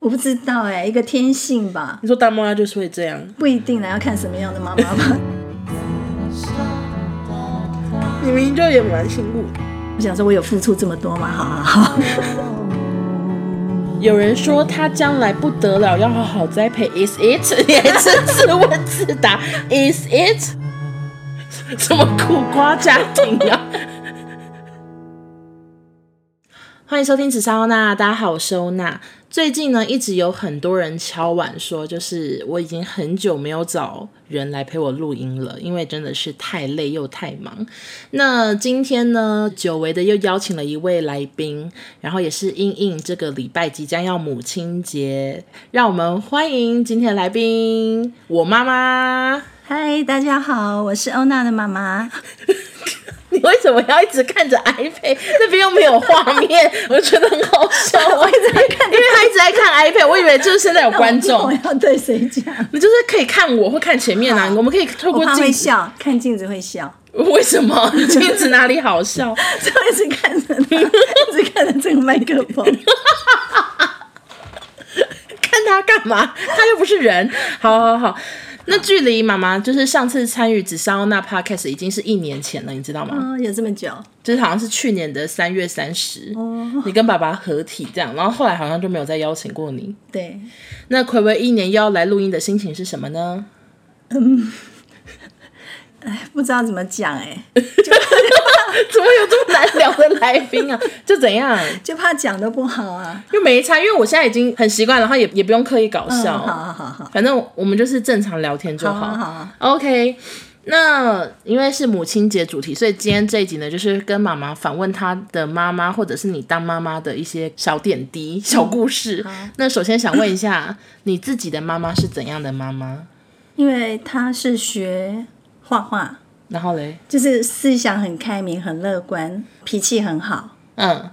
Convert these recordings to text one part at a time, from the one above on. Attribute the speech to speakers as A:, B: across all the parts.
A: 我不知道哎、一个天性吧，
B: 你说大妈就是会这样，
A: 不一定呢，要看什么样的妈妈吧。
B: 你明明就也蛮辛苦的。
A: 我想说，我有付出这么多吗？好好好，
B: 有人说他将来不得了，要好好栽培。Is it？也 是自问自答。Is it？什么苦瓜家庭啊？欢迎收听《紫砂欧娜》，大家好，我是欧娜。最近呢，一直有很多人敲碗说，就是我已经很久没有找人来陪我录音了，因为真的是太累又太忙。那今天呢，久违的又邀请了一位来宾，然后也是因应这个礼拜即将要母亲节，让我们欢迎今天的来宾，我妈妈。
A: 嗨，大家好，我是欧娜的妈妈。
B: 你为什么要一直看着 iPad？那 边又没有画面， 我觉得很好笑。我一直在看， 因为他一直在看 iPad，我以为就是现在有 观
A: 我
B: 众，
A: 要 对谁讲？
B: 你就是可以看我或看前面啊。
A: 好
B: 我们可以透
A: 我
B: 过
A: 怕会
B: 镜子，
A: 笑，看镜子会笑，
B: 为什么镜子哪里好笑？
A: 所以我一直看着他，一直看着这个麦克 风。
B: 看他干嘛？他又不是人。好好好。那距离妈妈就是上次参与紫砂欧娜 podcast 已经是一年前了，你知道吗？
A: 哦，有这么久？
B: 就是好像是去年的三月三十、
A: 哦
B: 你跟爸爸合体这样，然后后来好像就没有再邀请过你。
A: 对，
B: 那暌违一年要来录音的心情是什么呢？
A: 不知道怎么讲哎、
B: 怎么有这么难聊的来宾啊？ 就怎样？
A: 就怕讲的不好啊。
B: 又没差，因为我现在已经很习惯，然后也也不用刻意搞
A: 嗯，
B: 笑，
A: 好好好好，
B: 反正我们就是正常聊天就好。
A: 好啊好啊
B: OK，那因为是母亲节主题，所以今天这一集呢，就是跟妈妈访问她的妈妈，或者是你当妈妈的一些小点滴、小故事。那首先想问一下，你自己的妈妈是怎样的妈妈？
A: 因为他是学画画，
B: 然后嘞，
A: 就是思想很开明、很乐观，脾气很好，
B: 嗯，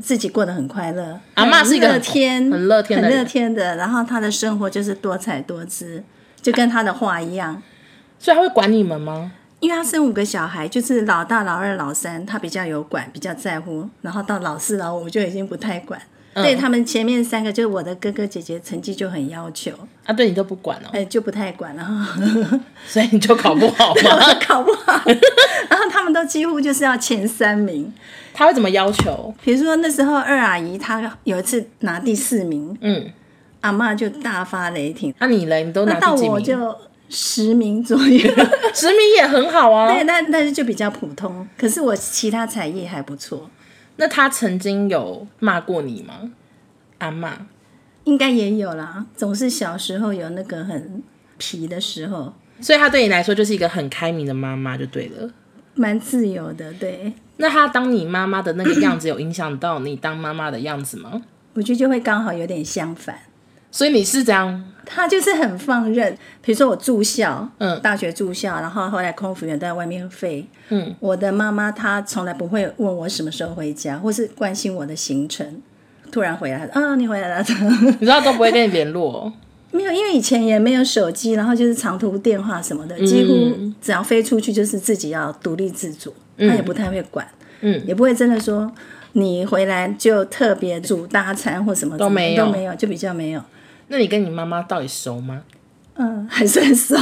A: 自己过得很快乐。
B: 阿嬷
A: 很
B: 是一个很
A: 乐天、
B: 很乐天
A: 很
B: 的人
A: 乐天的。然后他的生活就是多彩多姿，就跟他的画一样。
B: 所以她会管你们吗？
A: 因为他生五个小孩，就是老大、老二、老三，他比较有管，比较在乎。然后到老四、老五就已经不太管。
B: 嗯
A: 对他们前面三个，就是我的哥哥姐姐，成绩就很要求，
B: 啊，对你都不管哦，
A: 哎、就不太管。然后
B: 所以你就考不好 吗？
A: 考不 好，然后他们都几乎就是要前三名。
B: 他会怎么要求？
A: 比如说那时候二阿姨她有一次拿第四名，
B: 嗯，
A: 阿妈就大发雷霆。
B: 那、你嘞？你都拿
A: 那到
B: 第几
A: 我
B: 名？哦
A: 就十名左右，
B: 十名也很好啊
A: 对，。但但是就比较普通。可是我其他才艺还不错，
B: 那他曾经有骂过你吗？阿骂，
A: 应该也有啦。总是小时候有那个很皮的时候，
B: 所以他对你来说就是一个很开明的妈妈就对了。
A: 蛮自由的。对，
B: 那他当你妈妈的那个样子，有影响到你当妈妈的样子吗？
A: 我觉得就会刚好有点相反。
B: 所以你是这样，
A: 他就是很放任。比如说我住校，
B: 嗯
A: 大学住校，然后后来空服员都在外面飞，
B: 嗯，
A: 我的妈妈她从来不会问我什么时候回家，或是关心我的行程。突然回来，啊，你回来了，
B: 你知道都不会跟你联络哦、
A: 没有，因为以前也没有手机，然后就是长途电话什么的，几
B: 嗯
A: 乎只要飞出去就是自己要独立自主，他也不太会管，
B: 嗯，
A: 也不会真的说你回来就特别煮大餐或什么
B: 都没有
A: 都没有，就比较没有，
B: 那你跟你妈妈到底熟吗？
A: 嗯， 还算 熟。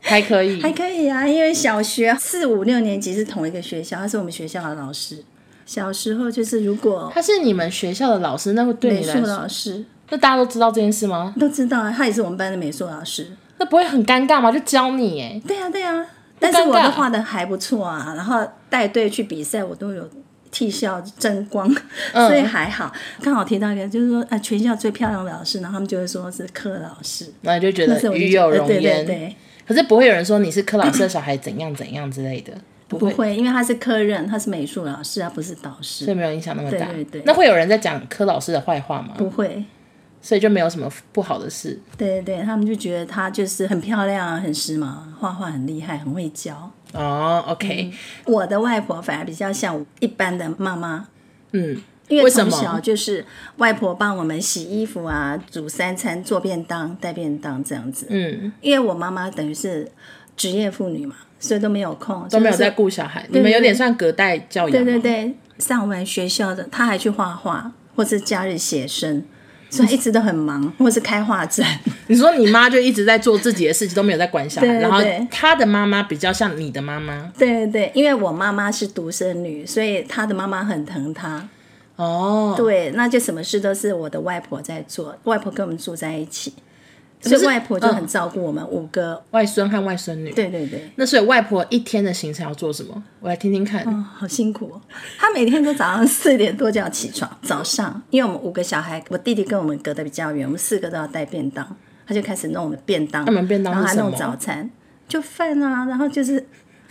B: 还可以，
A: 还可以啊，因为小学四五六年级是同一个学校，他是我们学校的老师。小时候就是如果
B: 他是你们学校的老师，那会对
A: 美
B: 你
A: 术
B: 来说，
A: 老师
B: 那大家都知道这件事吗？
A: 都知道啊，他也是我们班的美术老师。
B: 那不会很尴尬吗？就教你哎，
A: 对啊，对啊，但是我都画的还不错啊，然后带队去比赛，我都有替校争光，所以还好。刚好提到一个，就是说啊，全校最漂亮的老师，然后他们就会说是柯老师，
B: 那你就觉
A: 那时
B: 得
A: 候我就
B: 鱼
A: 觉
B: 有
A: 得呃哎
B: 容
A: 对对
B: 焉。
A: 对，
B: 可是不会有人说你是柯老师的小孩怎样怎样之类的，不
A: 不会，因为他是科任，他是美术老师，他不是导师，
B: 所以没有影响那么大。
A: 对对对
B: 那会有人在讲柯老师的坏话吗？
A: 不会。
B: 所以就没有什么不好的事。
A: 对对对，他们就觉得她就是很漂亮啊，很时髦啊，画画很厉害，很会教。
B: 哦，OK，
A: 我的外婆反而比较像一般的妈妈，
B: 嗯，
A: 因
B: 为
A: 为
B: 什
A: 从
B: 么
A: 小就是外婆帮我们洗衣服啊、煮三餐、做便当、带便当这样子。
B: 嗯，
A: 因为我妈妈等于是职业妇女嘛，所以都没有空，
B: 都没有
A: 就是
B: 在顾小孩，你们有点算隔代教养。
A: 对对对，上完学校的，她还去画画或是假日写生，所以一直都很忙， 或是开画展。
B: 你说你妈就一直在做自己的事情，都没有在管小孩，
A: 对对
B: 然后她的妈妈比较像你的妈妈
A: 对对，因为我妈妈是独生女，所以她的妈妈很疼她。
B: 哦，
A: 对，那就什么事都是我的外婆在做，外婆跟我们住在一起，
B: 不
A: 所
B: 是嗯
A: 以外婆就很照顾我们五个。
B: 外孙和外孙女。
A: 对对对，
B: 那所以外婆一天的行程要做什么？我来听听看。
A: 哦，好辛苦、哦。她每天都早上四点多就要起床， 早上，因为我们五个小孩，我弟弟跟我们隔得比较远，我们四个都要带便当，她就开始弄我们便当，
B: 那你们便当
A: 然后
B: 是
A: 还
B: 什
A: 弄
B: 么
A: 早餐，就饭啊，然后就是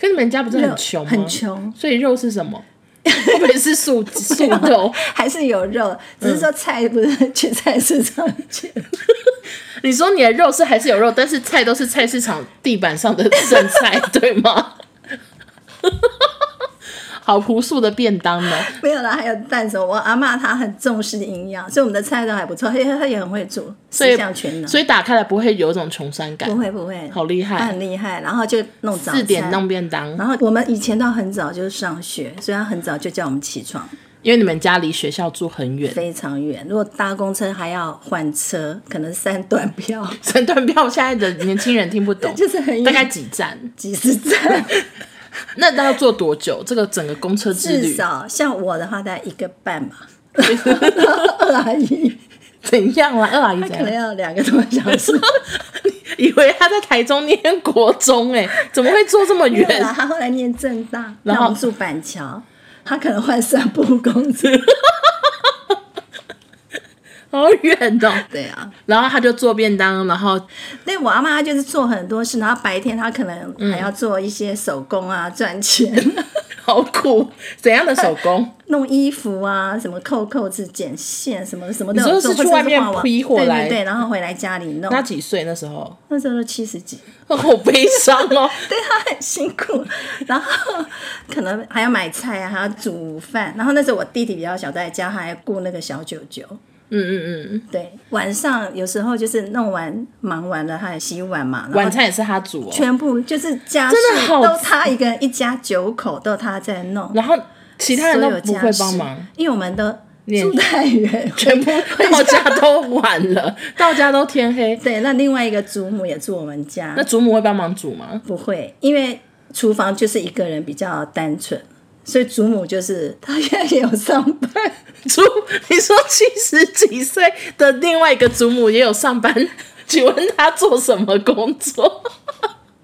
B: 可你们家不是
A: 肉
B: 很穷吗？
A: 很穷
B: 所以肉是 什么？会不会是素素肉？
A: 还是有肉，只是说菜不是 去菜市场去。
B: 你说你的肉是还是有肉，但是菜都是菜市场地板上的剩 菜，对吗？ 好朴素的便当哦呢。
A: 没有啦，还有蛋什么。我阿嬷她很重视营养，所以我们的菜都还不错，她她也很会煮，
B: 所以
A: 四项全能。
B: 所以打开来不会有一种穷酸
A: 不
B: 感，
A: 会不会，
B: 好厉
A: 她
B: 害！
A: 很厉害。然后就弄嗯早餐，
B: 四点弄便当，
A: 然后我们以前到很早就上学，所以她很早就叫我们起床，
B: 因为你们家离学校住很远，
A: 非常远。如果搭公车还要换车，可能三段票，，
B: 整段票现在的年轻人听不懂
A: 就是很
B: 大
A: 远，
B: 概几站？
A: 几十 站。
B: 那那要坐多久？这个整个公车之
A: 至
B: 旅
A: 少像我的话，大概一个半 吧。 二阿姨
B: 怎样啦？二阿姨怎
A: 可能
B: 样？
A: 要两个多 小时。
B: 以为他在台中念国中哎、 怎么会坐这么
A: 没有
B: 远？
A: 啦，他后来念正大，
B: 然
A: 然
B: 后
A: 后住板桥，他可能换散步工 资。
B: 好远哦、
A: 对啊，
B: 然后他就做便当，然后
A: 那我阿妈她就是做很多事，然后白天她可能还要做一些手工 啊，赚钱，
B: 好苦，怎样的手 工？
A: 弄衣服啊，什么扣扣子、剪线，什么什么
B: 你
A: 都有做，
B: 说是去
A: 或者
B: 外面
A: 画网
B: 批货来
A: 对对对，然后回来家里弄。
B: 他几岁那时候？
A: 那时候都七十几，
B: 好悲伤 哦。
A: 对她很辛苦， 然后可能还要买菜啊，还要煮午饭。然后那时候我弟弟比较小，在家还要雇那个小九九。
B: 嗯嗯嗯，
A: 对，晚上有时候就是弄完忙完了，他还洗碗嘛，然
B: 晚
A: 后
B: 餐也是他煮哦，
A: 全部就是家事
B: 真的好
A: 都他一个人，一家九口都他在弄，
B: 然后其他人
A: 所
B: 都
A: 有
B: 不
A: 家
B: 会
A: 事
B: 帮忙，，
A: 因为我们都
B: 念
A: 住太 远，
B: 全部
A: 会
B: 到家都晚了，到家都天黑。
A: 对。那另外一个祖母也住我们家
B: 那，祖母会帮忙煮吗？
A: 不会，因为厨房就是一个人比较单纯。所以祖母就是她现在也有上班，
B: 祖， 你说七十几岁的另外一个祖母也有上班， 请问她做什么工作？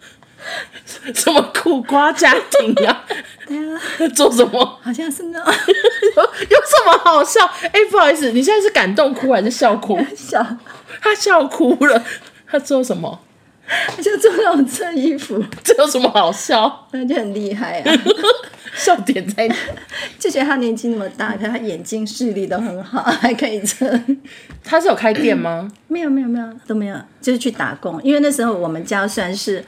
B: 什么苦瓜家庭啊？ 做什么？
A: 好像是那
B: 有有什么好笑？哎、不好意思，你现在是感动哭还是笑哭？
A: 种小，
B: 他笑哭了，他做什么？
A: 就做那种衬衣服，
B: 这有什么好笑？
A: 那就很厉害啊。
B: 笑点在哪？
A: 就觉得他年纪那么大，可他眼睛视力都很好，还可以这。
B: 他是有开店吗？
A: 没有没有没有都没有，就是去打工。因为那时候我们家算是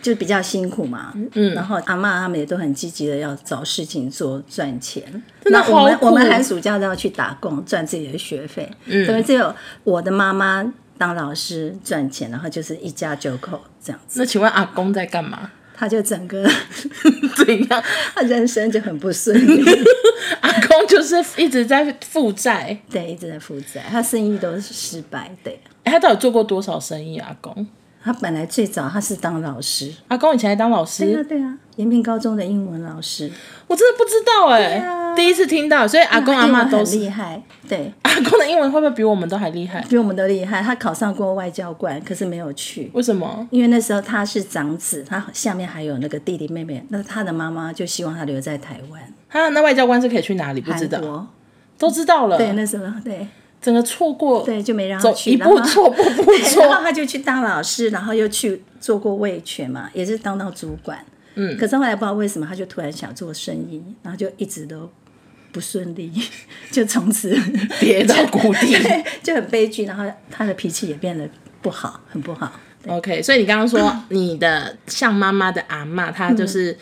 A: 就比较辛苦嘛，嗯，然后阿嬷他们也都很积极的要找事情做赚钱。
B: 真的
A: 那我们
B: 好苦
A: 我们寒暑假都要去打工赚自己的学费，嗯，等于只有我的妈妈当老师赚钱，然后就是一家九口这样子，
B: 那请问阿公在干嘛？
A: 他就整个
B: 怎样？
A: 他人生就很不顺利，
B: 阿公就是一直在负债。
A: 对，一直在负债，他生意都是失败，对。
B: 哎他到底做过多少生意啊？阿公，
A: 他本来最早他是当老师，
B: 阿公以前还当老
A: 对啊
B: 师，
A: 对啊，延平高中的英文老师，
B: 我真的不知道哎、第一次听到。所以阿公阿
A: 啊英文
B: 妈都
A: 很
B: 是
A: 厉害，对，
B: 阿公的英文会不会比我们都还厉害？
A: 比我们都厉害。他考上过外交官，可是没有去，
B: 为什么？
A: 因为那时候他是长子，他下面还有那个弟弟妹妹，那他的妈妈就希望他留在台湾，
B: 啊，那外交官是可以去哪里？不知
A: 韩
B: 道，
A: 国，
B: 都知道了。
A: 对，那时候对
B: 整个错过，
A: 对就没让他
B: 走
A: 去，
B: 一
A: 然后
B: 步错步 步
A: 对然
B: 错。
A: 后他就去当老师，然后又去做过卫权嘛，也是当到主管。嗯，可是后来不知道为什么，他就突然想做生意，然后就一直都不顺利， 就从此
B: 跌到谷底
A: 对 就很悲剧。然后他的脾气也变得不好，很不好。
B: OK，所以你刚刚说你的像妈妈的阿嬷，她
A: 嗯
B: 就是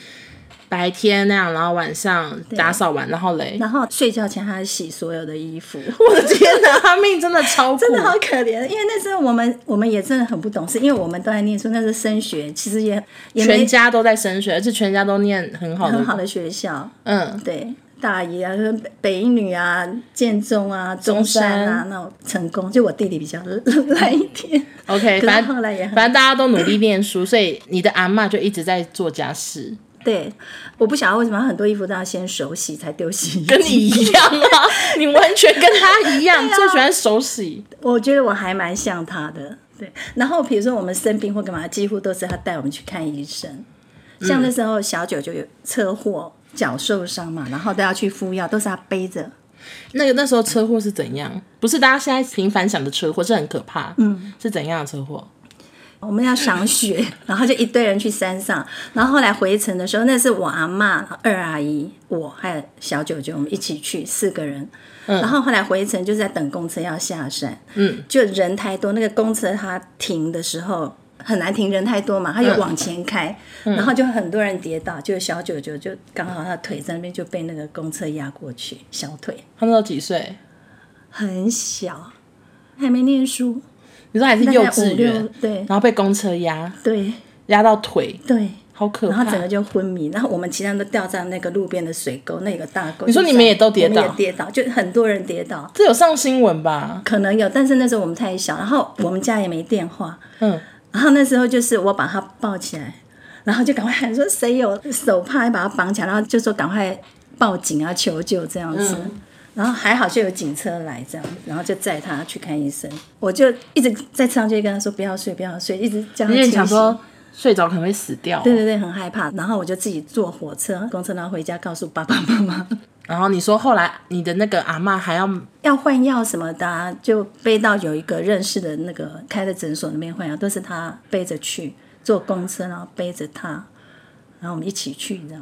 B: 白天那样，然后晚上打扫完，然后嘞，
A: 然后睡觉前他还洗所有的衣服，
B: 我的天哪，她命真的超苦，
A: 真的好可怜。因为那时候我们我们也真的很不懂事，因为我们都在念书，那时候升学其实也也没嗯
B: 全家都在升学，而且全家都念很好的，
A: 很好的学校。
B: 嗯，
A: 对，大一啊，就是北北一女啊、建中啊、中山啊那种成功，就我弟弟比较 烂一点。
B: OK，
A: 可
B: 哎反
A: 是
B: 正
A: 后来也很
B: 反正大家都努力念书，所以你的阿嬷就一直在做家事，
A: 对，我不晓得为什么很多衣服都要先手洗才丢洗衣
B: 跟
A: 机。
B: 你一样 啊，你完全跟她一样，最喜欢手洗。
A: 我觉得我还蛮像他的。对，然后比如说我们生病或干嘛，几乎都是他带我们去看医生。像那时候小九就有车祸，脚受伤嘛，然后都要去敷药，都是他背着。
B: 那个那时候车祸是怎样？不是大家现在频繁想的车祸，是很可怕。嗯，是怎样的车祸？
A: 我们要赏雪， 然后就一堆人去山上，然后后来回程的时候，那是我阿妈、二阿姨、我还有小九九，我们一起去四个人。
B: 嗯
A: 然后后来回程就是在等公车要下山，嗯，就人太多，那个公车它停的时候很难停，人太多嘛，它就
B: 嗯
A: 往前开，然后就很多人跌倒，就小九九就刚好他腿在那边就被那个公车压过去，小腿
B: 他那时候几岁？
A: 很小，还没念书，
B: 你说还是
A: 大
B: 幼
A: 概
B: 稚
A: 五六
B: 园，，
A: 对
B: 然后被公车压
A: 对
B: 压到腿，
A: 对。
B: 好可
A: 然后
B: 怕。
A: 整个就昏迷，然后我们其他人都掉在那个路边的水沟，那有个大沟。
B: 你说
A: 就是
B: 你们也都跌倒
A: 我们也跌倒，就很多人跌倒，
B: 这有上新闻吧？
A: 可能有，但是那时候我们太小，然后我们家也没电话，
B: 嗯，
A: 然后那时候就是我把他抱起来，然后就赶快喊说谁有手帕，把他绑起来，然后就说赶快报警啊求救这样子。
B: 嗯
A: 然后还好就有警车来这样，然后就载他去看医生。我就一直在车上就跟他说不要睡，不要睡，一直这样。
B: 因为你想说睡着可能会死掉，
A: 对对对，很害怕。然后我就自己坐火车、公车，然后回家告诉爸爸妈妈
B: 然后你说后来你的那个阿嬷还要
A: 要换药什么的、啊，就背到有一个认识的那个开的诊所那边换药，都是他背着去坐公车，然后背着他，然后我们一起去的。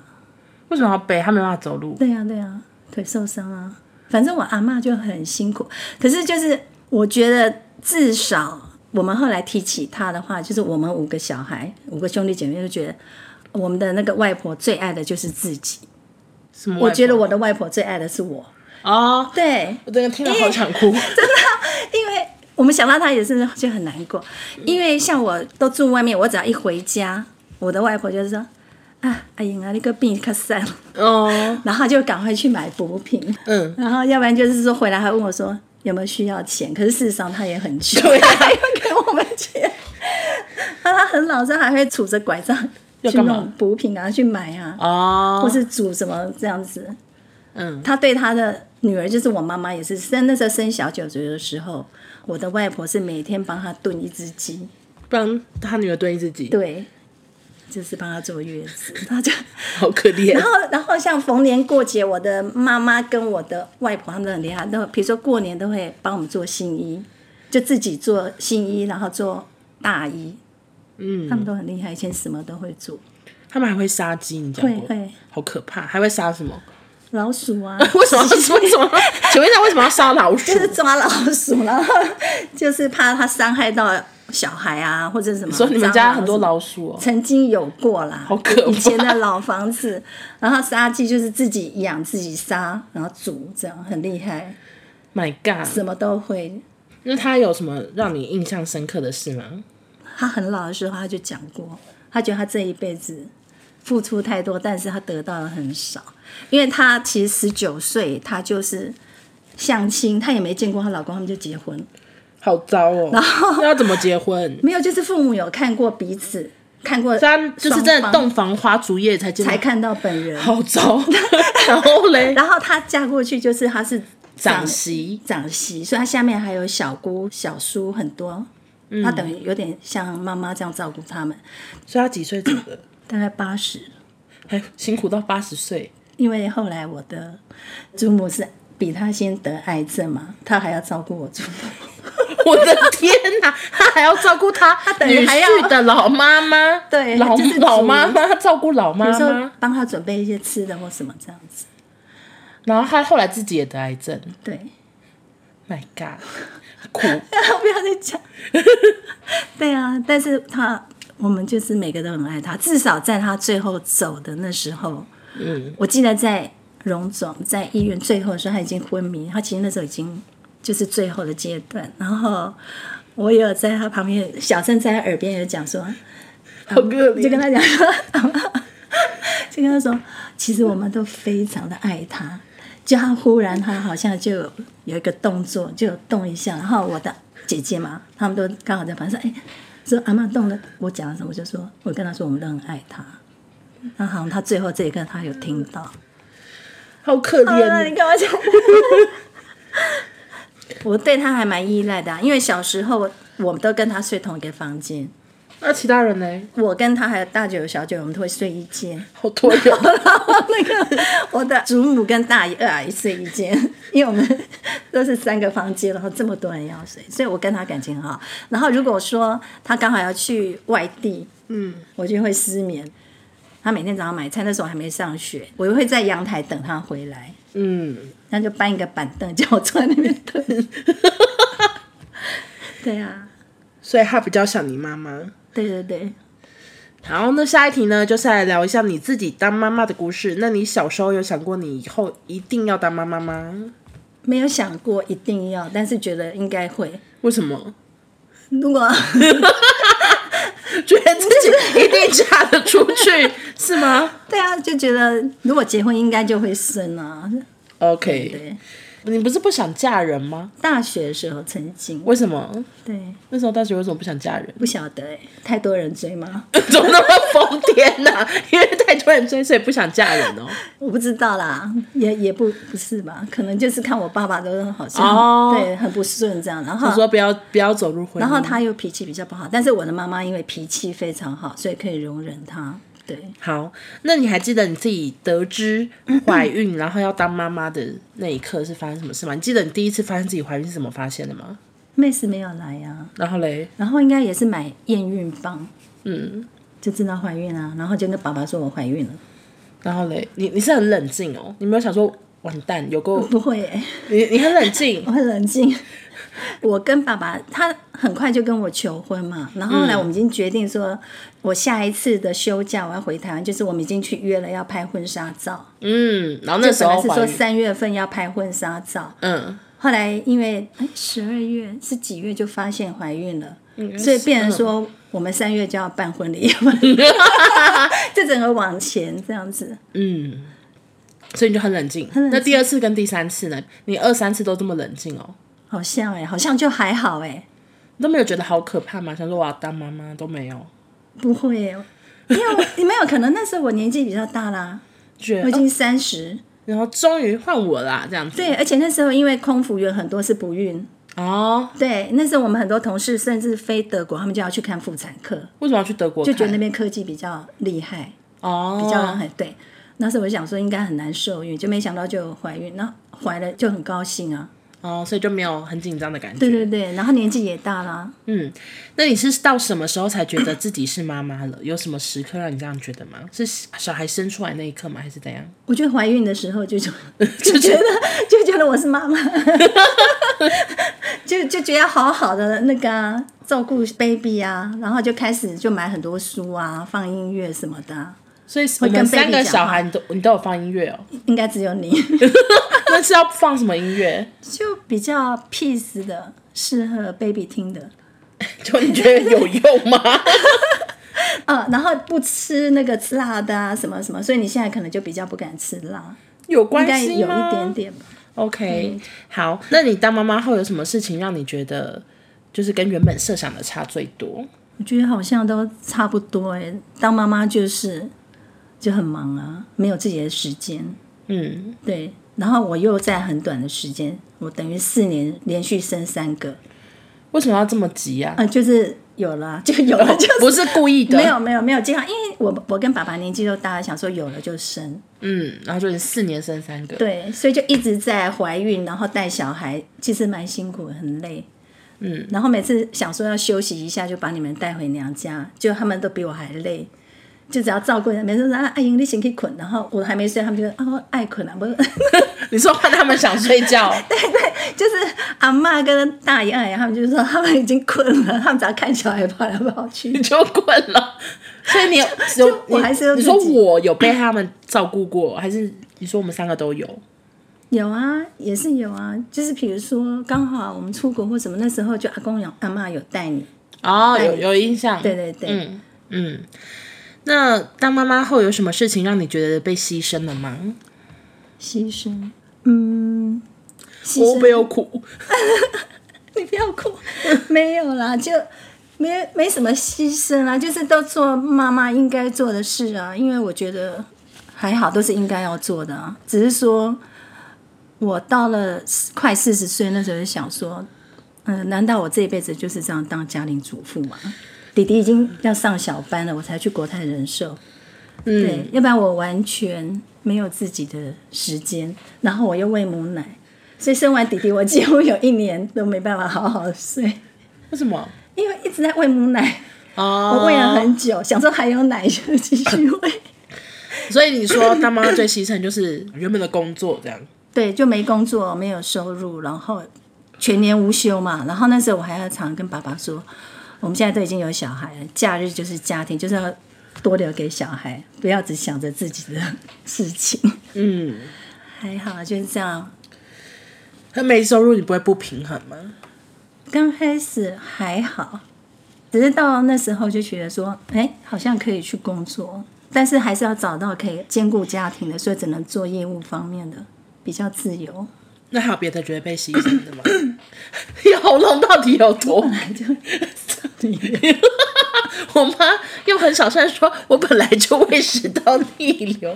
B: 为什么要背？她没办法走路，
A: 对呀、啊对呀、腿受伤啊，反正我阿嬷就很辛苦。可是就是我觉得至少我们后来提起她的话，就是我们五个小孩，五个兄弟姐妹就觉得我们的那个外婆最爱的就是自己。
B: 什么外婆？
A: 我觉得我的外婆最爱的是我。
B: 哦，
A: 对，
B: 我真的听到好想哭。
A: 因为我们想到她也是就很难过，因为像我都住外面，我只要一回家，我的外婆就是说。啊，阿英啊，你个病可散，
B: 哦，
A: 然后就赶快去买补品，
B: 嗯，
A: 然后要不然就是说回来还问我说有没有需要钱，可是事实上他也很穷，
B: 对啊
A: 还要给我们钱，然后他很老实，还会杵着拐杖
B: 要
A: 去
B: 干嘛
A: 弄补品啊，去买啊，或
B: 哦，
A: 是煮什么这样子，
B: 嗯，
A: 他对他的女儿，就是我妈妈，也是生那时候生小九九的时候，我的外婆是每天帮他炖一只鸡，
B: 帮她女儿对自己，
A: 对，就是帮他坐月子， 他就。
B: 好可怜
A: 然。后，然后像逢年过节，我的妈妈跟我的外婆他们都很厉害，都比如说过年都会帮我们做新衣，就自己做新衣，然后做大衣，
B: 嗯，
A: 他们都很厉害，以前什么都会做，
B: 他们还会杀鸡，你讲
A: 会
B: 过？
A: 会
B: 好可怕，还会杀什么？
A: 老鼠啊，
B: 为什么？为什么？ 请问一下，为什么要杀老鼠
A: 就？ 是抓老鼠， 然后就是怕它伤害到小孩啊，或者什么。
B: 说你们家很多
A: 蟑螂什么
B: 老鼠哦，
A: 曾经有过啦，
B: 好可怕
A: 以前的老房子，然后杀鸡就是自己养自己杀，然后煮，这样很厉害，
B: ，My God！
A: 什么都会。
B: 那他有什么让你印象深刻的事吗？
A: 他很老的时候他就讲过，他觉得他这一辈子付出太多，但是他得到的很少，因为他其实十九岁他就是相亲，她也没见过她老公，他们就结婚，
B: 好糟哦！然后要怎么结婚？
A: 没有就是父母有看过彼此，看过
B: 他就是真
A: 在
B: 的洞房花烛夜才见到
A: 才，看到本人。
B: 好 糟。然后嘞，
A: 然后她嫁过去就是她是
B: 长媳
A: 长媳，所以她下面还有小姑、小叔很多，
B: 嗯
A: 她等于有点像妈妈这样照顾他们，
B: 所以他几岁走的？
A: 大概八十。
B: 还哎辛苦到八十岁，
A: 因为后来我的祖母是比她先得癌症嘛，她还要照顾我祖母，
B: 我的天哪！他还要照顾他他
A: 等
B: 女
A: 于还要
B: 婿的老妈妈，
A: 对
B: 老
A: 就是煮
B: 老妈妈照顾老妈
A: 有时
B: 妈
A: 候，帮她准备一些吃的或什么这样子。
B: 然后他后来自己也得癌症。
A: 对，
B: My God，苦，
A: 不要再讲。对啊，但是她我们就是每个都很爱她，至少在她最后走的那时候，
B: 嗯，
A: 我记得在荣总在医院最后的时候，他已经昏迷，他其实那时候已经就是最后的阶段。然后我也有在他旁边，小郑在他耳边也讲说，
B: 好可
A: 就跟
B: 怜。
A: 他讲说，就跟他说，其实我们都非常的爱他，就他忽然他好像就有有一个动作，就动一下，然后我的姐姐嘛，他们都刚好在旁边说，哎，说阿妈动了，我讲了什么，我就说我跟他说我们都很爱他，那好像他最后这一刻他有听到，
B: 好可
A: 嗯好了，你
B: 怜。
A: 干嘛讲？ 我对他还蛮依赖的啊、因为小时候我们都跟他睡同一个房间，
B: 那其他人呢？
A: 我跟他还有大舅、小舅，我们都会睡一间。
B: 好多人，
A: 然后那个 我的祖母跟大姨、二阿姨睡一间，因为我们都是三个房间，然后这么多人要睡，所以我跟他感情很好。然后如果说他刚好要去外地，嗯，我就会失眠。他每天早上买菜，那时候我还没上学，我会在阳台等他回来，
B: 嗯，
A: 他就搬一个板凳叫我坐在那边等。 对啊，
B: 所以他比较像你妈妈。
A: 对对对，
B: 好，那下一题呢，就是来聊一下你自己当妈妈的故事。那你小时候有想过你以后一定要当妈妈吗？
A: 没有想过一定要，但是觉得应该会。
B: 为什么？
A: 如果
B: 觉得自己一定嫁得出 去是吗
A: 对啊，就觉得如果结婚应该就会生啊。
B: ？OK，
A: 对，
B: 你不是不想嫁人吗？
A: 大学的时候曾经，
B: 为什么？
A: 对，
B: 那时候大学为什么不想嫁 人？
A: 不晓得、欸、太多人追吗？
B: 怎么那么疯癫呢、因为太多人追，所以不想嫁人 哦。
A: 我不知道啦，也也不不是吧，可能就是看我爸爸都好像、
B: 哦
A: 对很不顺这样，然
B: 我
A: 后
B: 说嗯不要不要走入婚姻，
A: 然后他又脾气比较不好，但是我的妈妈因为脾气非常好，所以可以容忍他。对，
B: 好，那你还记得你自己得知
A: 嗯
B: 怀孕，然后要当妈妈的那一刻是发生什么事吗？你记得你第一次发现自己怀孕是怎么发现的吗？
A: 妹子没有来呀、啊，
B: 然后嘞，
A: 然后应该也是买验孕棒，
B: 嗯，
A: 就知道怀孕啊，然后就跟爸爸说我怀孕了，
B: 然后嘞，你你是很冷静哦，你没有想说完蛋有够，
A: 不会、欸。
B: 你你很冷静
A: 我，很冷静。 我跟爸爸，他很快就跟我求婚嘛，然后后来
B: 嗯
A: 我们已经决定说，我下一次的休假我要回台湾，就是我们已经去约了要拍婚纱照，
B: 嗯，然后那时
A: 本来
B: 候
A: 是说
B: 怀孕，
A: 三月份要拍婚纱照，
B: 嗯，
A: 后来因为哎十二月是几月就发现怀孕了，所以
B: 嗯
A: 变成说我们三月就要办婚礼， 就整个往前这样子。
B: 嗯，所以你就很冷静。
A: 冷静
B: 那第二次跟第三次呢？你二三次都这么冷静哦，
A: 好像哎、好像就还好哎、
B: 你都没有觉得好可怕吗？想说我要当妈妈都没有，
A: 不会、欸，因为我没有可能那时候我年纪比较大啦，
B: 觉
A: 我已
B: 得、哦
A: 经三十、
B: 然后终于换我啦，这样子
A: 对，而且那时候因为空服员很多是不孕，
B: 哦。
A: 对，那时候我们很多同事甚至飞德国，他们就要去看妇产科，
B: 为什么要去德国
A: 就
B: 看？
A: 觉得那边科技比较厉害，
B: 哦，
A: 比较很对。那时候我想说应该很难受孕，就没想到就怀孕，那怀了就很高兴啊，
B: 哦，所以就没有很紧张的感觉。
A: 对对对，然后年纪也大啦，
B: 嗯，那你是到什么时候才觉得自己是妈妈了？有什么时刻让你这样觉得吗？是小孩生出来那一刻吗？还是怎样？
A: 我觉得怀孕的时候就就就觉得就觉得我是妈 妈，就就觉得要好好的那个啊、照顾 baby 啊，然后就开始就买很多书啊，放音乐什么的啊、
B: 所以我
A: 跟
B: 们
A: baby
B: 三个
A: 讲
B: 小
A: 话
B: 孩，你都你都有放音乐哦？
A: 应该只有你，
B: 那是要放什么音乐？
A: 就比较 peace 的，适合 baby 听的。
B: 就你觉得有用吗？
A: 呃，然后不吃那个辣的啊，什么什么，所以你现在可能就比较不敢吃辣，
B: 有嗯
A: 应
B: 关
A: 该
B: 系
A: 有
B: 吗？
A: 一点。点吧。
B: OK，、好，那你当妈妈后有什么事情让你觉得就是跟原本设想的差最多？
A: 我觉得好像都差不多哎、当妈妈就是就很忙啊，没有自己的时间。
B: 嗯，
A: 对，然后我又在很短的时间，我等于四年连续生三个，
B: 为什么要这么急啊？
A: 啊、就是有了啊 就有了，就是
B: 不是故意的，
A: 没有没有没有经常，因为我我跟爸爸年纪都大，想说有了就生。
B: 嗯，然后就是四年生三个，
A: 对，所以就一直在怀孕，然后带小孩，其实蛮辛苦，很累。嗯，然后每次想说要休息一下，就把你们带回娘家，就他们都比我还累，就只要照顾人。每次说啊，阿英你先去捆，然后我还没睡，他们就说哦爱捆啊，不是，
B: 你说怕他们想睡 觉，
A: 就是阿妈跟大姨二姨他们就说他们已经困了，他们只要看小孩跑来跑去
B: 你。就滚了。所以你有有
A: 我还是要
B: 你你
A: 自
B: 说
A: 己
B: 我有被他们照顾过，还是你说我们三个都有？
A: 有啊，也是有啊，就是比如说刚好我们出国或什么，那时候就阿公有阿妈有带你，
B: 哦，有有印象，
A: 对对对，
B: 嗯嗯。那当妈妈后有什么事情让你觉得被牺牲了吗？
A: 牺牲。嗯，其
B: 我
A: 实
B: 没有苦，
A: 你 不要哭，没有啦，就没没什么牺牲啊，就是都做妈妈应该做的事啊。因为我觉得还好，都是应该要做的啊。只是说，我到了快四十岁那时候，就想说，嗯、难道我这一辈子就是这样当家庭主妇吗？弟弟已经要上小班了，我才去国泰人寿。对，要不然我完全没有自己的时间，然后我又喂母奶，所以生完弟弟我几乎有一年都没办法好好睡，
B: 为什么？
A: 因为一直在喂母奶，
B: 哦
A: 我喂了很久，想说还有奶就继续喂，
B: 所以你说当妈妈最牺牲就是 原本的工作这样，
A: 对，就没工作，没有收入，然后全年无休嘛，然后那时候我还要常跟爸爸说，我们现在都已经有小孩了，假日就是家庭，就是要多留给小孩，不要只想着自己的事情，
B: 嗯，
A: 还好就是这样。
B: 那没收入你不会不平衡吗？
A: 刚开始还好，只是到那时候就觉得说，哎，好像可以去工作，但是还是要找到可以兼顾家庭的，所以只能做业务方面的，比较自由。
B: 那还有别的觉得被牺牲 的吗？你喉咙到底有多
A: 本来就
B: 我妈又很小声地说：“我本来就胃食道逆流。”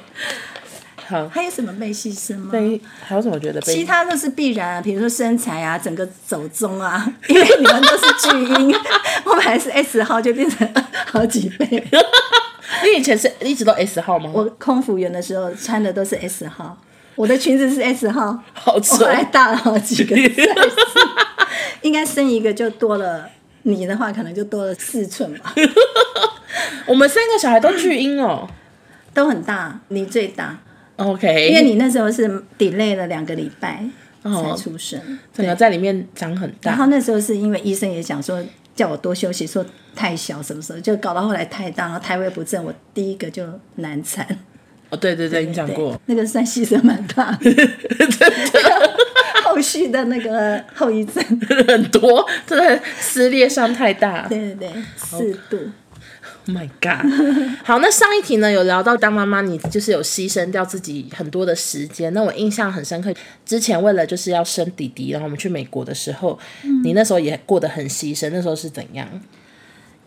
B: 好，
A: 还有什么被牺牲吗？
B: 被还有什么觉得被
A: 其他都是必然、啊，比如说身材啊，整个走中啊， 因为你们都是巨婴， 我本来是 S 号，就变成好几倍。
B: 你以前是一直都 S 号吗？
A: 我空服员的时候穿的都是 S 号，我的裙子是 S 号，
B: 好
A: 我
B: 丑
A: 后，来大了好几 个 size，应该生一个就多了，你的话可能就多了四寸吧，
B: 我们三个小孩都巨婴哦。
A: 都很大，你最大，
B: OK，
A: 因为你那时候是 delay 了两个礼拜才
B: 哦
A: 出生，
B: 整个在里面长很
A: 然
B: 大，
A: 后那时候是因为医生也讲说叫我多休息，说太小什么时候就搞到后来太大，然后胎位不正，我第一个就难产，
B: 哦，对对对，你讲过
A: 对，那个算牺牲蛮 大的， 后续的那个后遗症，
B: 很多，真的撕裂伤太大。
A: 对对对，四度。
B: Oh my god！好， 那上一题呢有聊到当妈妈，你就是有牺牲掉自己很多的时间。那我印象很深刻，之前为了就是要生弟弟，然后我们去美国的时候，你那时候也过得很牺牲，那时候是怎样？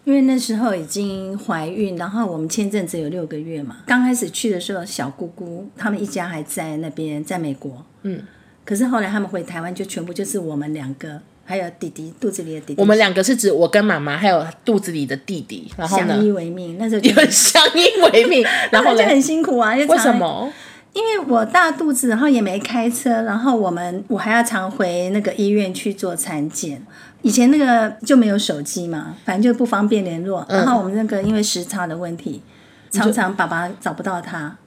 A: 因为那时候已经怀孕，然后我们签证只有六个月嘛。刚开始去的时候，小姑姑他们一家还在那边，在美国。嗯。可是后来他们回台湾，就全部就是我们两个，还有弟弟肚子里的弟弟。
B: 我们两个是指我跟妈妈还有肚子里的弟弟，然后
A: 相
B: 呢
A: 依为命，那时候就
B: 也很相依为命， 然后
A: 那时候就
B: 呢？
A: 很辛苦啊。因
B: 为什？么？
A: 因为我大肚子，然后也没开车，然后我们我还要常回那个医院去做产检。以前那个就没有手机嘛，反正就不方便联络。
B: 嗯
A: 然后我们那个因为时差的问题，常常爸爸找不到他。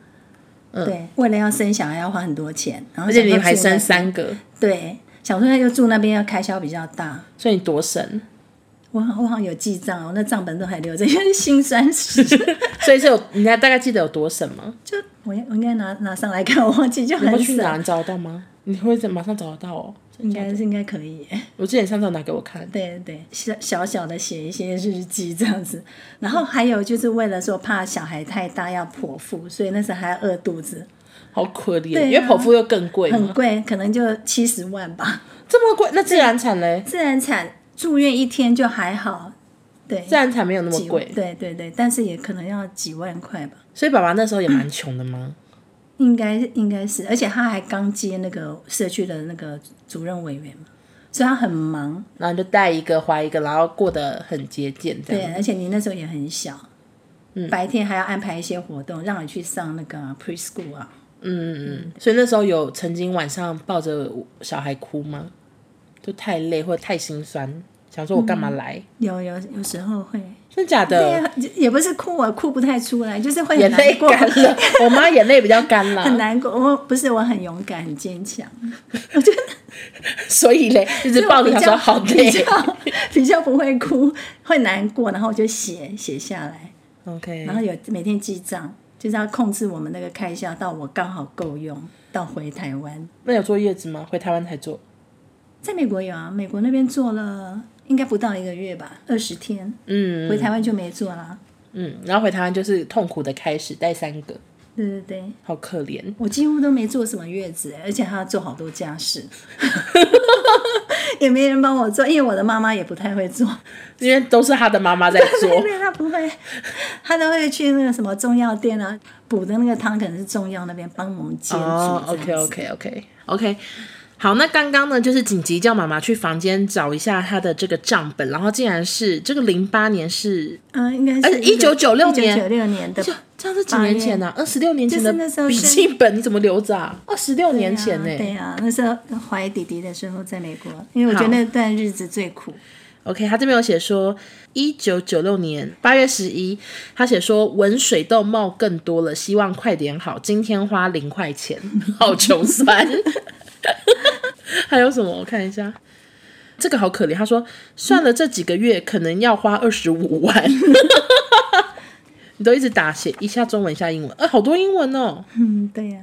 A: 对，为了要生小孩要花很多钱，然后
B: 嗯而且你
A: 想说
B: 还
A: 住那
B: 生三个，
A: 对，想说又住那边要开销比较大。
B: 所以你多生，
A: 我好我好像有记账，哦我那账本都还留着，因为心酸史。
B: 所以是有你还大概记得有多省吗？
A: 就我应我应该拿拿上来看，我忘记就
B: 你会
A: 很
B: 去啊哪？
A: 少，
B: 你找得到吗？你会马上找得到哦。
A: 应该是应该可以耶。
B: 我之前上次拿给我看，
A: 对对，小小小的写一些日记 这样子，然后还有就是为了说怕小孩太大要剖腹，所以那时候还要饿肚子，
B: 好可怜，
A: 对啊
B: 因为剖腹又更贵
A: 很
B: 嘛，
A: 贵，可能就七十万吧。
B: 这么贵，那自然产嘞？
A: 自然产住院一天就还好，对，
B: 自然产没有那么
A: 几
B: 贵，
A: 对对对，但是也可能要几万块吧，
B: 所以爸爸那时候也蛮穷的吗？
A: 应该应该是，而且他还刚接那个社区的那个主任委员嘛，所以他很忙，
B: 然后就带一个怀一个，然后过得很节俭这样。嗯
A: 对，而啊且你那时候也很小，白天还要安排一些活动，让你去上那个 preschool 啊。
B: 嗯，所以那时候有曾经晚上抱着小孩哭吗？就太累或者太心酸，想说我干嘛来？
A: 有有有时候会，
B: 真假
A: 对
B: 的？
A: 啊，也不是哭，我哭不太出来，就是会
B: 眼
A: 很
B: 泪
A: 难过，
B: 干了，我妈眼泪比较干
A: 很
B: 了，
A: 难过。我不是我很勇敢，很坚强，
B: 所以嘞，一直抱着她
A: 比
B: 说
A: 较
B: 好
A: 比
B: 累。
A: 较比较不会哭，会难过，然后我就写写下来，
B: OK，
A: 然后有每天记账，就是要控制我们那个开销，到我刚好够用，到回台湾。
B: 那有坐月子吗？回台湾才坐。
A: 在美国有啊，美国那边做了应该不到一个月吧，二十天，
B: 嗯
A: 回台湾就没做啦。
B: 嗯，然后回台湾就是痛苦的开始，带三个。
A: 对对对，
B: 好可怜。
A: 我几乎都没做什么月子，而且还要做好多家事， 也没人帮我做，因为我的妈妈也不太会做，
B: 因为都是他的妈妈在
A: 因
B: 做。
A: 为 她不会，她都会去那个什么中药店啊，补的那个汤可能是中药那边帮我们煎煮。
B: 哦
A: 这
B: ，OK
A: 样子
B: OK OK OK，好，那刚刚呢，就是紧急叫妈妈去房间找一下她的这个账本，然后竟然是这个零八年是，
A: 嗯，应该
B: 而
A: 是
B: 且1996
A: 一
B: 年
A: 九九六年的
B: 这这样是几年前呢、啊？二十六年前的
A: 就是那时候
B: 笔
A: 是
B: 记本你怎么留着啊？二十六年前呢、
A: 对呀、对啊，那时候怀弟弟的时候在美国，因为我觉得那段日子最苦。
B: OK，他这边有写说，一九九六年八月十一，他写说闻水痘冒更多了，希望快点好。今天花零块钱， 好穷酸。 还有什么？我看一下，这个好可怜。他说算了，这几个月可能要花二十五万。 你都一直打写一下中文一下英文，呃，好多英文哦。
A: 嗯，对呀、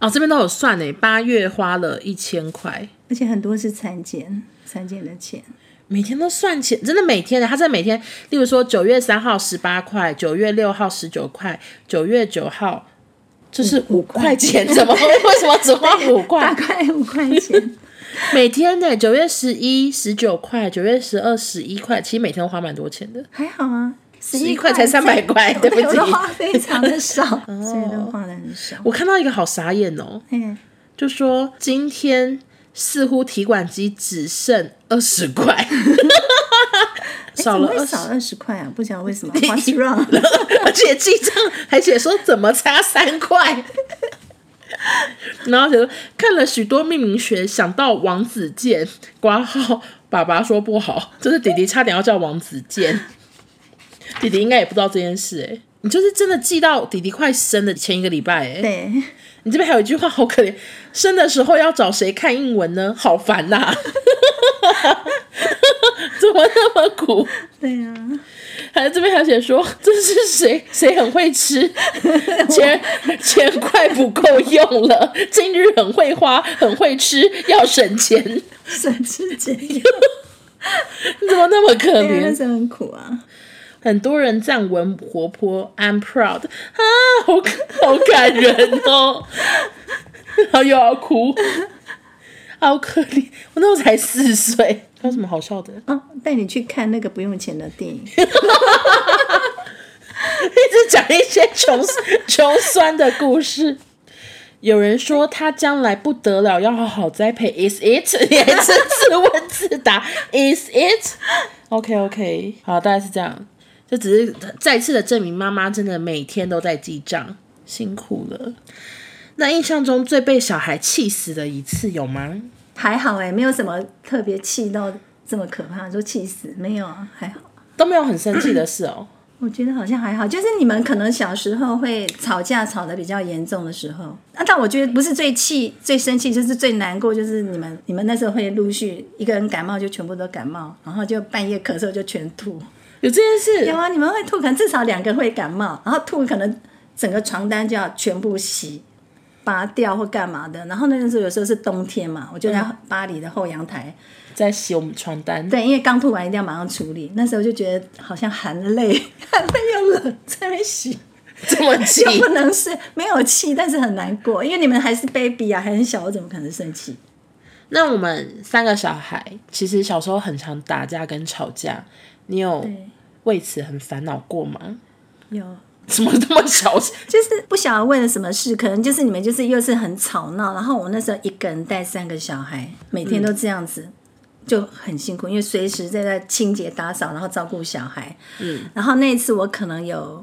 B: 哦，这边都有算诶，八月花了一千块，
A: 而且很多是产检，产检的钱。
B: 每天都算钱，真的每天的，他真的每天，例如说九月三号十八块，九月六号十九块，九月九号就是五块钱，怎么会为什么只花五
A: 大
B: 块？
A: 概五块钱，
B: 每天的九月十一十九块，九月十二十一块，其实每天都花蛮多钱的，
A: 还好啊，十
B: 11块才300块 对不起哦
A: 我的花非常的 少，所以都花的很少。
B: 我看到一个好傻眼哦，
A: 嗯，
B: 就说今天似乎提款机只剩二十 块，
A: 哎怎
B: 少
A: 么
B: 了
A: 会
B: 二十
A: 少。二十块啊？不晓得为 什么，What's wrong？
B: 而且记账还写说怎么差三块。然后就说看了许多命名学，想到王子健，挂号爸爸说不好，就是弟弟差点要叫王子健， 弟弟应该也不知道这件事哎、你就是真的记到弟弟快生的前一个礼拜哎、
A: 对，
B: 你这边还有一句话好可怜，生的时候要找谁看英文呢？好烦呐、怎么那么苦？
A: 对啊，
B: 还这边还写说这是谁谁很会吃，钱钱快不够用了，今日很会花，很会吃，要省钱，你
A: 省吃俭 用，
B: 怎么那么可
A: 对啊，那
B: 怜？
A: 时候很苦啊。
B: 很多人赞文活泼，I'm proud 啊，好感好感人哦， 然后又要哭，好可怜，我那时候才四岁，还有什么好笑的？
A: 哦，带你去看那个不用钱的电影，
B: 一直讲一些穷 穷酸的故事。有人说他将来不得了，要好好栽培。Is it？你还 是自问自答。Is it？OK OK，好，大概是这样。这只是再次的证明，妈妈真的每天都在记账，辛苦了。那印象中最被小孩气死的一次有吗？
A: 还好哎、没有什么特别气到这么可怕，说气死没有啊，还好。
B: 都没有很生气的事哦。
A: 我觉得好像还好，就是你们可能小时候会吵架吵得比较严重的时候，啊，但我觉得不是最气、最生气，就是最难过，就是你们你们那时候会陆续一个人感冒就全部都感冒，然后就半夜咳嗽就全吐。
B: 有这件事？
A: 有啊，你们会吐，可能至少两个会感冒，然后吐可能整个床单就要全部洗。拔掉或干嘛的，然后那个时候有时候是冬天嘛，我就在巴黎的后阳台，
B: 在洗我们床单。
A: 对，因为刚吐完一定要马上处理，那时候就觉得好像含泪，含泪又冷，在那边洗，
B: 这么气，
A: 就不能睡，没有气，但是很难过，因为你们还是 baby 啊，还很小，我怎么可能生气？
B: 那我们三个小孩，其实小时候很常打架跟吵架，你有
A: 对，
B: 为此很烦恼过吗？
A: 有，
B: 怎么这么小？
A: 就是不晓得为了什么事，可能就是你们就是又是很吵闹，然后我那时候一个人带三个小孩，每天都这样子。就很辛苦，因为随时在在清洁打扫，然后照顾小孩。嗯，然后那一次我可能有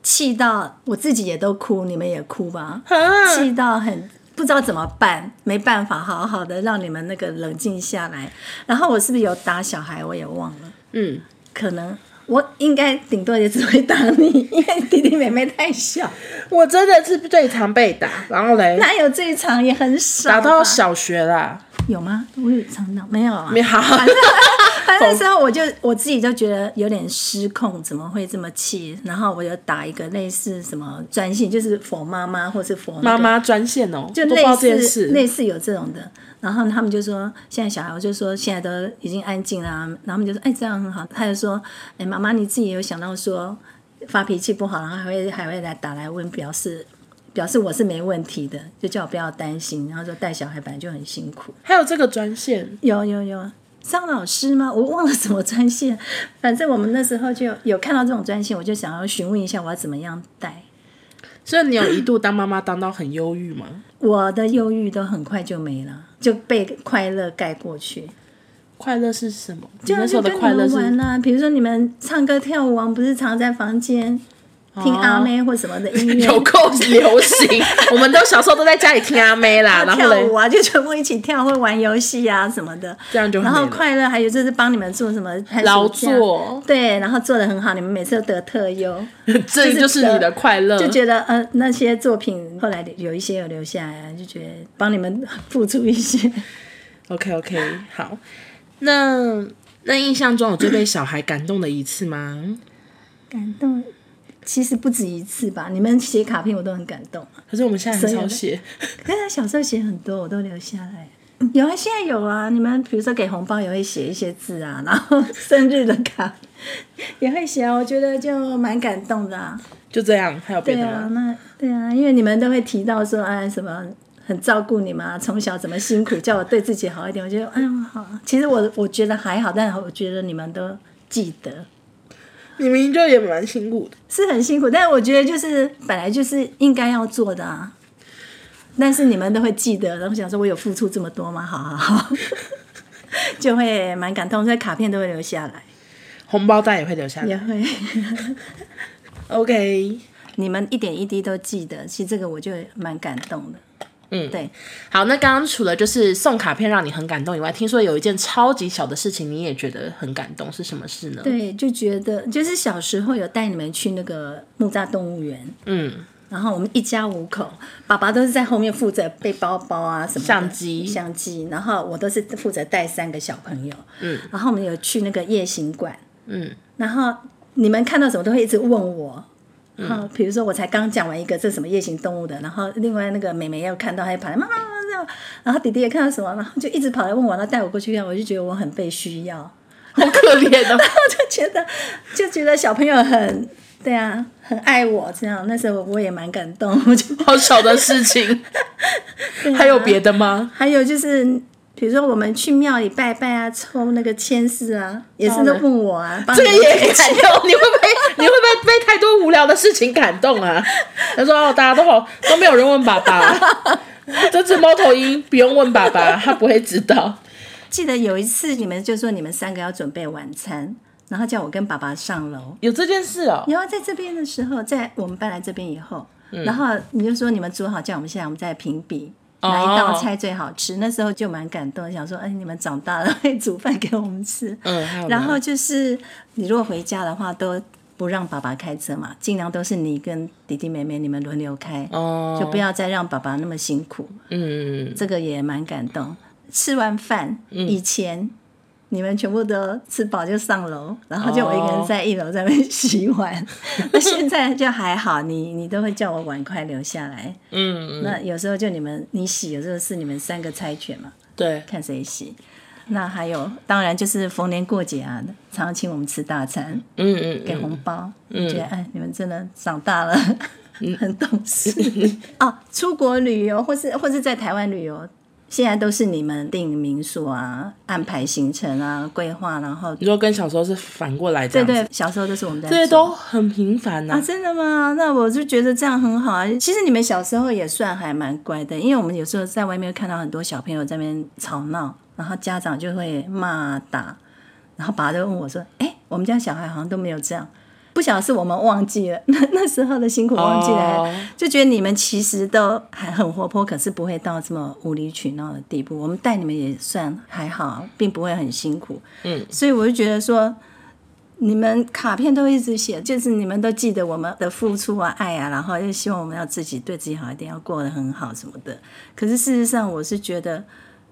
A: 气到我自己也都哭，你们也哭吧？
B: 啊
A: 气到很不知道怎么办，没办法，好好的让你们那个冷静下来。然后我是不是有打小孩？我也忘了，
B: 嗯，
A: 可能我应该顶多也只会打你，因为弟弟妹妹太小，
B: 我真的是最常被打，然后嘞，
A: 哪有最长也很少吧。
B: 打到小学啦，
A: 有吗？我有长到没有啊？
B: 没好，
A: 反正那时候我就我自己就觉得有点失控，怎么会这么气？然后我就打一个类似什么专线，就是佛妈妈或是佛那个
B: 妈妈专线哦、
A: 就
B: 都不知道
A: 类
B: 这件
A: 似
B: 事，
A: 类似有这种的，然后他们就说现在小孩，我就说现在都已经安静啦、然后他们就说哎这样很好，他就说哎妈妈你自己有想到说发脾气不好，然后还会还会来打来问，表示表示我是没问题的，就叫我不要担心。然后说带小孩本来就很辛苦，
B: 还有这个专线，
A: 有有有，张老师吗？我忘了什么专线，反正我们那时候就有看到这种专线，我就想要询问一下我要怎么样带。
B: 所以你有一度当妈妈当到很忧郁 吗？
A: 我的忧郁都很快就没了，就被快乐盖过去。
B: 快乐是什么？你
A: 就
B: 那时
A: 是
B: 候的
A: 跟你
B: 快乐
A: 们
B: 是
A: 玩啊，比如说你们唱歌跳舞啊，我们不是常在房间听阿妹或什么的音乐，
B: 哦 有够流 行，我们都小时候都在家里听阿妹啦，然后
A: 跳舞
B: 嘞，
A: 啊，就全部一起跳，会玩游戏啊什么的，
B: 这样就很
A: 然
B: 美
A: 后
B: 了
A: 快乐，还有就是帮你们做什么寒暑假
B: 劳作，嗯
A: 对，然后做的很好，你们每次都得特优，
B: 这就是你的快乐，
A: 就觉得呃那些作品后来有一些有留下来啊，就觉得帮你们付出一些。
B: OK OK，好。那那印象中有最被小孩感动的一次吗？
A: 感动，其实不止一次吧。你们写卡片我都很感动，
B: 可是我们现在很
A: 啊
B: 少写，
A: 可是小时候写很多我都留下来。有啊，现在有啊。你们比如说给红包也会写一些字啊，然后生日的卡也会写啊，我觉得就蛮感动的啊。
B: 就这样，还有别
A: 对
B: 的
A: 啊
B: 吗？，
A: 那对啊，因为你们都会提到说，哎，什么很照顾你们啊，从小怎么辛苦，叫我对自己好一点。我觉得，哎呀，好啊。其实我我觉得还好，但我觉得你们都记得。
B: 你明明就也蛮辛苦的，
A: 是很辛苦，但是我觉得就是本来就是应该要做的啊。但是你们都会记得，然后想说我有付出这么多吗？好好好， 就会蛮感动，所以卡片都会留下来，
B: 红包袋也会留下来。
A: 也会
B: OK，
A: 你们一点一滴都记得，其实这个我就蛮感动的。嗯，对，
B: 好，那刚刚除了就是送卡片让你很感动以外，听说有一件超级小的事情你也觉得很感动，是什么事呢？
A: 对，就觉得就是小时候有带你们去那个木栅动物园，
B: 嗯，
A: 然后我们一家五口，爸爸都是在后面负责背包包啊什么的
B: 相机
A: 相机，然后我都是负责带三个小朋友。嗯，然后我们有去那个夜行馆。
B: 嗯，
A: 然后你们看到什么都会一直问我。
B: 嗯
A: 然后比如说我才刚讲完一个这是什么夜行动物的，然后另外那个妹妹又看到，她就跑来妈妈妈妈这样，然后弟弟也看到什么，然后就一直跑来问我，然后带我过去看，我就觉得我很被需要。
B: 好可怜哦。
A: 我就觉得就觉得小朋友很对啊，很爱我这样。那时候我也蛮感动，我就
B: 好小的 事情，
A: 啊
B: 还有别的吗？
A: 还有就是，比如说我们去庙里拜拜啊，抽那个签诗啊，也是都问我啊，帮
B: 这个
A: 你们
B: 也感动，你会不会你会不会被太多无聊的事情感动 啊？他说哦，大家都好都没有人问爸爸，这只猫头鹰不用问爸爸，他不会知道。
A: 记得有一次你们就说你们三个要准备晚餐，然后叫我跟爸爸上楼。
B: 有这件事哦，
A: 然后在这边的时候，在我们搬来这边以后，然后你就说你们煮好，叫我们现在我们再评比。
B: 哦
A: 哪一道菜最好吃？那时候就蛮感动，想说，哎，你们长大了会煮饭给我们吃。
B: 嗯还有呢
A: 然后就是，你如果回家的话，都不让爸爸开车嘛，尽量都是你跟弟弟妹妹你们轮流开，
B: 哦，
A: 就不要再让爸爸那么辛苦。
B: 嗯，
A: 这个也蛮感动。吃完饭、以前，你们全部都吃饱就上楼，然后就我一个人在一楼在那边洗 碗。那、现在就还好，你你都会叫我碗筷留下来。
B: 嗯，
A: 那有时候就你们你洗，有时候是你们三个猜拳嘛，
B: 对，
A: 看谁洗。那还有，当然就是逢年过节啊，常常请我们吃大餐，
B: 嗯嗯
A: 给
B: 嗯，嗯
A: 红包，觉得哎，你们真的长大了， 很懂事 哦。出国旅游或是或是在台湾旅游，现在都是你们订民宿啊、安排行程啊、规划，然后
B: 你说跟小时候是反过来这
A: 对
B: 样子，
A: 对，小时候都是我们在
B: 这些
A: 做
B: 都很平凡呐、
A: 啊，真的吗？那我就觉得这样很好啊。其实你们小时候也算还蛮乖的，因为我们有时候在外面看到很多小朋友在那边吵闹，然后家长就会骂打，然后爸爸就问我说：“哎、我们家小孩好像都没有这样。”不晓得是我们忘记了那 那时候的辛苦忘记了
B: 哦
A: 就觉得你们其实都还很活泼，可是不会到这么无理取闹的地步。我们带你们也算还好，并不会很辛苦。
B: 嗯，
A: 所以我就觉得说，你们卡片都一直写，就是你们都记得我们的付出啊、爱啊，然后又希望我们要自己对自己好一点，要过得很好什么的。可是事实上，我是觉得，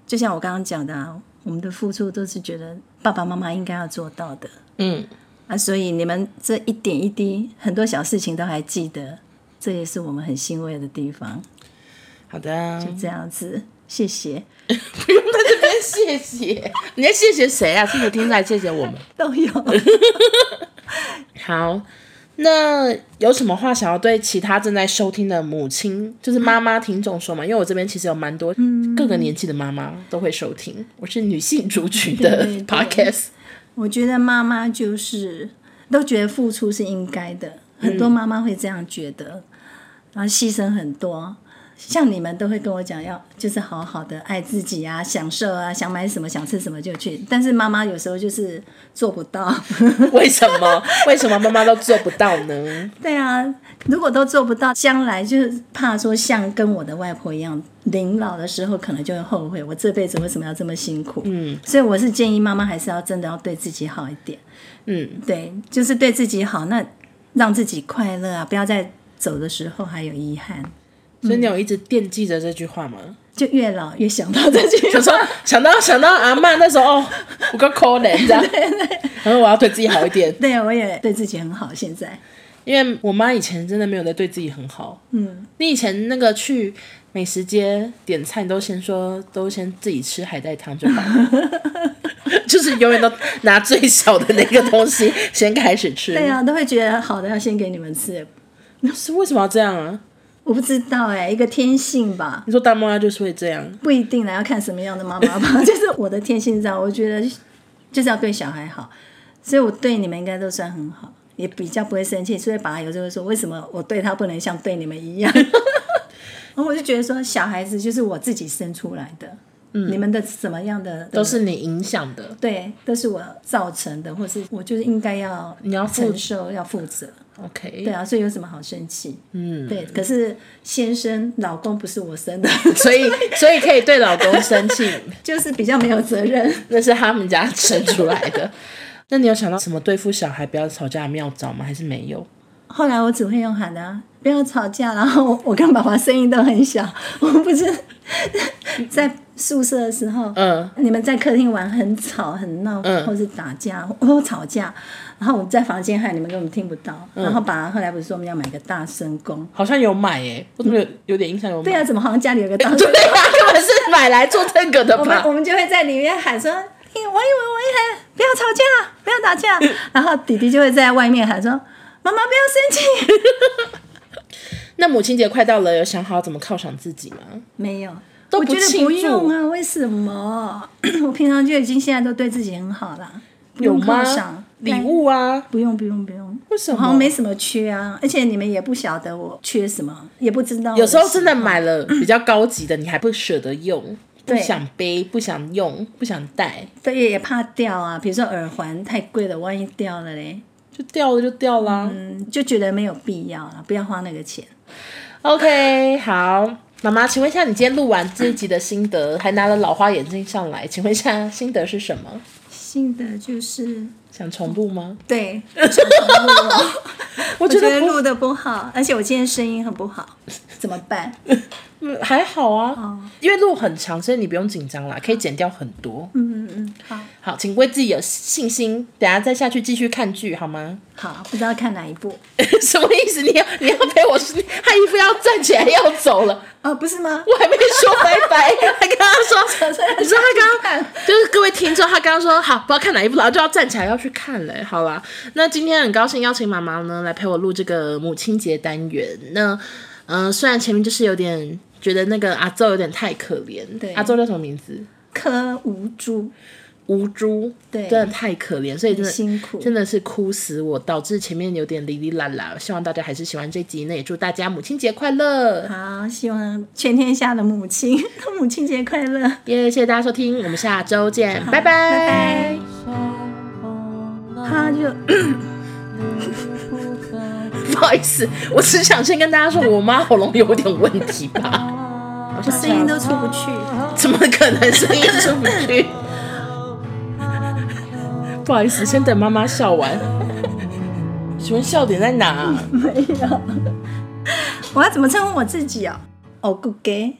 A: 就像我刚刚讲的啊，我们的付出都是觉得爸爸妈妈应该要做到的
B: 嗯，
A: 啊，所以你们这一点一滴，很多小事情都还记得，这也是我们很欣慰的地方。
B: 好的，
A: 这样子，谢谢，
B: 不用在这边谢谢，你在谢谢谁啊？谢谢听众，还是谢谢我们。
A: 都有。
B: 好，那有什么话想要对其他正在收听的母亲，就是妈妈听众说吗？因为我这边其实有蛮多各个年纪的妈妈都会收听，我是女性主群 的
A: 对对
B: podcast。
A: 我觉得妈妈就是都觉得付出是应该的，很多妈妈会这样觉得，然后牺牲很多。像你们都会跟我讲要就是好好的爱自己啊，享受啊，想买什么想吃什么就去。但是妈妈有时候就是做不到。
B: 为什么？为什么妈妈都做不到呢？
A: 对啊，如果都做不到，将来就是怕说像跟我的外婆一样，临老的时候可能就会后悔，我这辈子为什么要这么辛苦？嗯，所以我是建议妈妈还是要真的要对自己好一点。
B: 嗯，
A: 对，就是对自己好，那让自己快乐啊，不要在走的时候还有遗憾，
B: 所以你有一直惦记着这句话吗？
A: 就越老越想到这 句话。
B: 想说想到想到阿嬷那时候，哦，我个可怜 这样，然后我要对自己好一点，
A: 对，我也对自己很好。现在，
B: 因为我妈以前真的没有在对自己很好。
A: 嗯，
B: 你以前那个去美食街点菜，你都先说都先自己吃海带汤就好了，就是永远都拿最小的那个东西先开始吃。
A: 对啊，都会觉得好的要先给你们吃，
B: 是为什么要这样啊？
A: 我不知道哎、一个天性吧。
B: 你说大妈就是会这样，
A: 不一定啦，要看什么样的妈妈吧。 就是我的天性是这样，我觉得就是要对小孩好，所以我对你们应该都算很好，也比较不会生气。所以爸爸有时候会说，为什么我对他不能像对你们 一样？然后我就觉得说，小孩子就是我自己生出来的，你们的怎么样的
B: 嗯都是你影响的。
A: 对，都是我造成的，或是我就是应该要
B: 你要负
A: 承受要负责。对
B: OK，
A: 啊，所以有什么好生气？嗯，对。可是先生、老公不是我生的，
B: 所以 所以可以对老公生气，
A: 就是比较没有责任。
B: 那是他们家生出来的。 那你有想到什么对付小孩不要吵架的妙招吗？还是没有？
A: 后来我只会用喊的、啊，不要吵架。然后我我跟爸爸声音都很小， 我不是在宿舍的时候，
B: 嗯，
A: 你们在客厅玩很吵很闹，
B: 嗯
A: 或是打架或吵架，然后我在房间喊，你们根本听不到。
B: 嗯
A: 然后爸爸后来不是说我们要买个大声公？
B: 好像有买诶、我怎么有有点印象有买？
A: 对啊，怎么好像家里有 个大声？
B: 嗯对吧？根本是买来做这个 的
A: 我们
B: 吧？
A: 我们就会在里面喊说。嘿我以为我也喊，不要吵架，不要打架。 然后弟弟就会在外面喊说：“妈妈不要生气。
B: 那母亲节快到了，有想好怎么犒赏自己吗？”
A: 没有，
B: 都
A: 我觉得
B: 庆
A: 不
B: 祝
A: 用啊，为什么？ 我平常就已经现在都对自己很好啦，不
B: 有
A: 用犒
B: 吗
A: 赏？哎
B: 礼物啊？
A: 不用不用不用，
B: 为什
A: 我
B: 么？
A: 好像没什么缺啊，而且你们也不晓得我缺什么，也不知道。
B: 有时候真的买了比较高级的，你还不舍得用，不
A: 对
B: 想背，不想用，不想戴，
A: 对也也怕掉啊，比如说耳环太贵了，万一掉了嘞，
B: 就掉了就掉啦、
A: 嗯，就觉得没有必要了，不要花那个钱。
B: OK，好，妈妈，请问一下，你今天录完这一集的心得，还拿了老花眼镜上来，请问一下心得是什么？
A: 幸的就是
B: 想重录吗？
A: 对，
B: 我
A: 我
B: 觉
A: 觉得
B: 得不
A: 录的不好，而且我今天声音很不 好，怎么办？
B: 嗯还好啊，
A: 哦
B: 因为路很长，所以你不用紧张啦，可以剪掉很多。
A: 嗯嗯嗯，好，
B: 好，请为自己有信心，等下再下去继续看剧好吗？
A: 好，不知道看哪一部。
B: 什么意思？你要你要陪我说，他姨夫要站起来要走了，
A: 哦，不是吗？
B: 我还没说拜 拜，还跟他说， 你知道他
A: 看
B: 刚刚就是各位听众，他刚刚说好不知道看哪一部，然后就要站起来要去看嘞。好啦，那今天很高兴邀请妈妈呢来陪我录这个母亲节单元。那嗯、呃虽然前面就是有点觉得那个阿周有点太可怜，
A: 对
B: 阿周叫什么名字？
A: 柯无珠，
B: 无珠，
A: 对
B: 真的太可怜，所以真的
A: 很辛苦
B: 真的是哭死我，导致前面有点哩哩啦啦。希望大家还是喜欢这集，那也祝大家母亲节快乐，
A: 好，希望全天下的母亲 母亲节快乐。
B: 耶、谢谢大家收听，我们下周见，拜拜。
A: 拜他 就
B: 不好意思，我只想先跟大家说，我妈喉咙有点问题吧？
A: 我声音都出不去。
B: 怎么可能声音出不 去？不好意思，先等妈妈笑完。请问笑点在哪？
A: 啊我要怎么称呼我自己哦？哦，good gay。